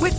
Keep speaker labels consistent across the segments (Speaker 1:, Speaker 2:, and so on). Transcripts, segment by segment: Speaker 1: With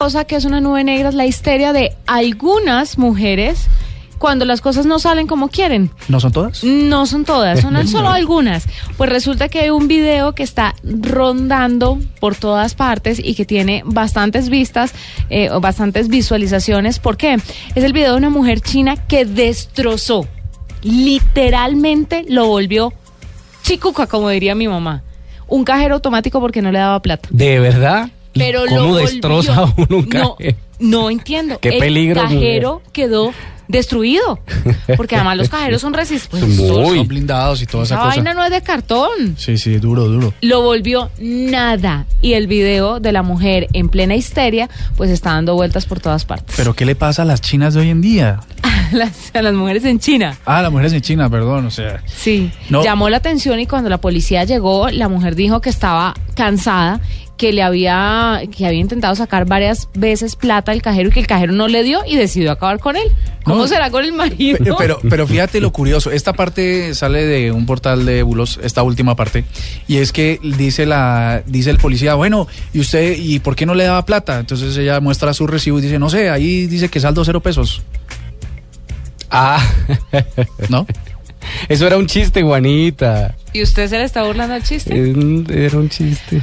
Speaker 2: cosa que es una nube negra es la histeria de algunas mujeres cuando las cosas no salen como quieren.
Speaker 3: ¿No son todas?
Speaker 2: No son todas, son solo algunas. Pues resulta que hay un video que está rondando por todas partes y que tiene bastantes vistas eh, o bastantes visualizaciones. ¿Por qué? Es el video de una mujer china que destrozó, literalmente lo volvió chicuca, como diría mi mamá. Un cajero automático porque no le daba plata.
Speaker 3: ¿De verdad?
Speaker 2: Pero
Speaker 3: ¿Cómo
Speaker 2: lo
Speaker 3: destroza
Speaker 2: volvió.
Speaker 3: uno un
Speaker 2: No,
Speaker 3: cajero?
Speaker 2: no entiendo.
Speaker 3: Qué
Speaker 2: el
Speaker 3: peligro,
Speaker 2: cajero quedó destruido. Porque además los cajeros son resistentes.
Speaker 3: Muy.
Speaker 2: La
Speaker 3: Son
Speaker 4: blindados y toda
Speaker 2: vaina no es de cartón.
Speaker 4: Sí, sí, duro, duro.
Speaker 2: Lo volvió nada. Y el video de la mujer en plena histeria, pues está dando vueltas por todas partes.
Speaker 4: Pero ¿qué le pasa a las chinas de hoy en día?
Speaker 2: A las, a las mujeres en China.
Speaker 4: Ah, las mujeres en China, perdón, o sea.
Speaker 2: Sí,
Speaker 4: No.
Speaker 2: llamó la atención y cuando la policía llegó, la mujer dijo que estaba cansada, que le había que había intentado sacar varias veces plata al cajero y que el cajero no le dio y decidió acabar con él. ¿Cómo
Speaker 4: No.
Speaker 2: será con el marido?
Speaker 4: Pero, Eh, pero, pero fíjate lo curioso, esta parte sale de un portal de bulos, esta última parte, y es que dice la, dice el policía, bueno, y usted, ¿y por qué no le daba plata? Entonces ella muestra su recibo y dice, no sé, ahí dice que saldo cero pesos,
Speaker 3: Ah,
Speaker 4: ¿no?
Speaker 3: eso era un chiste, Juanita.
Speaker 2: ¿Y usted se le está burlando al chiste?
Speaker 3: Es un- Era un chiste.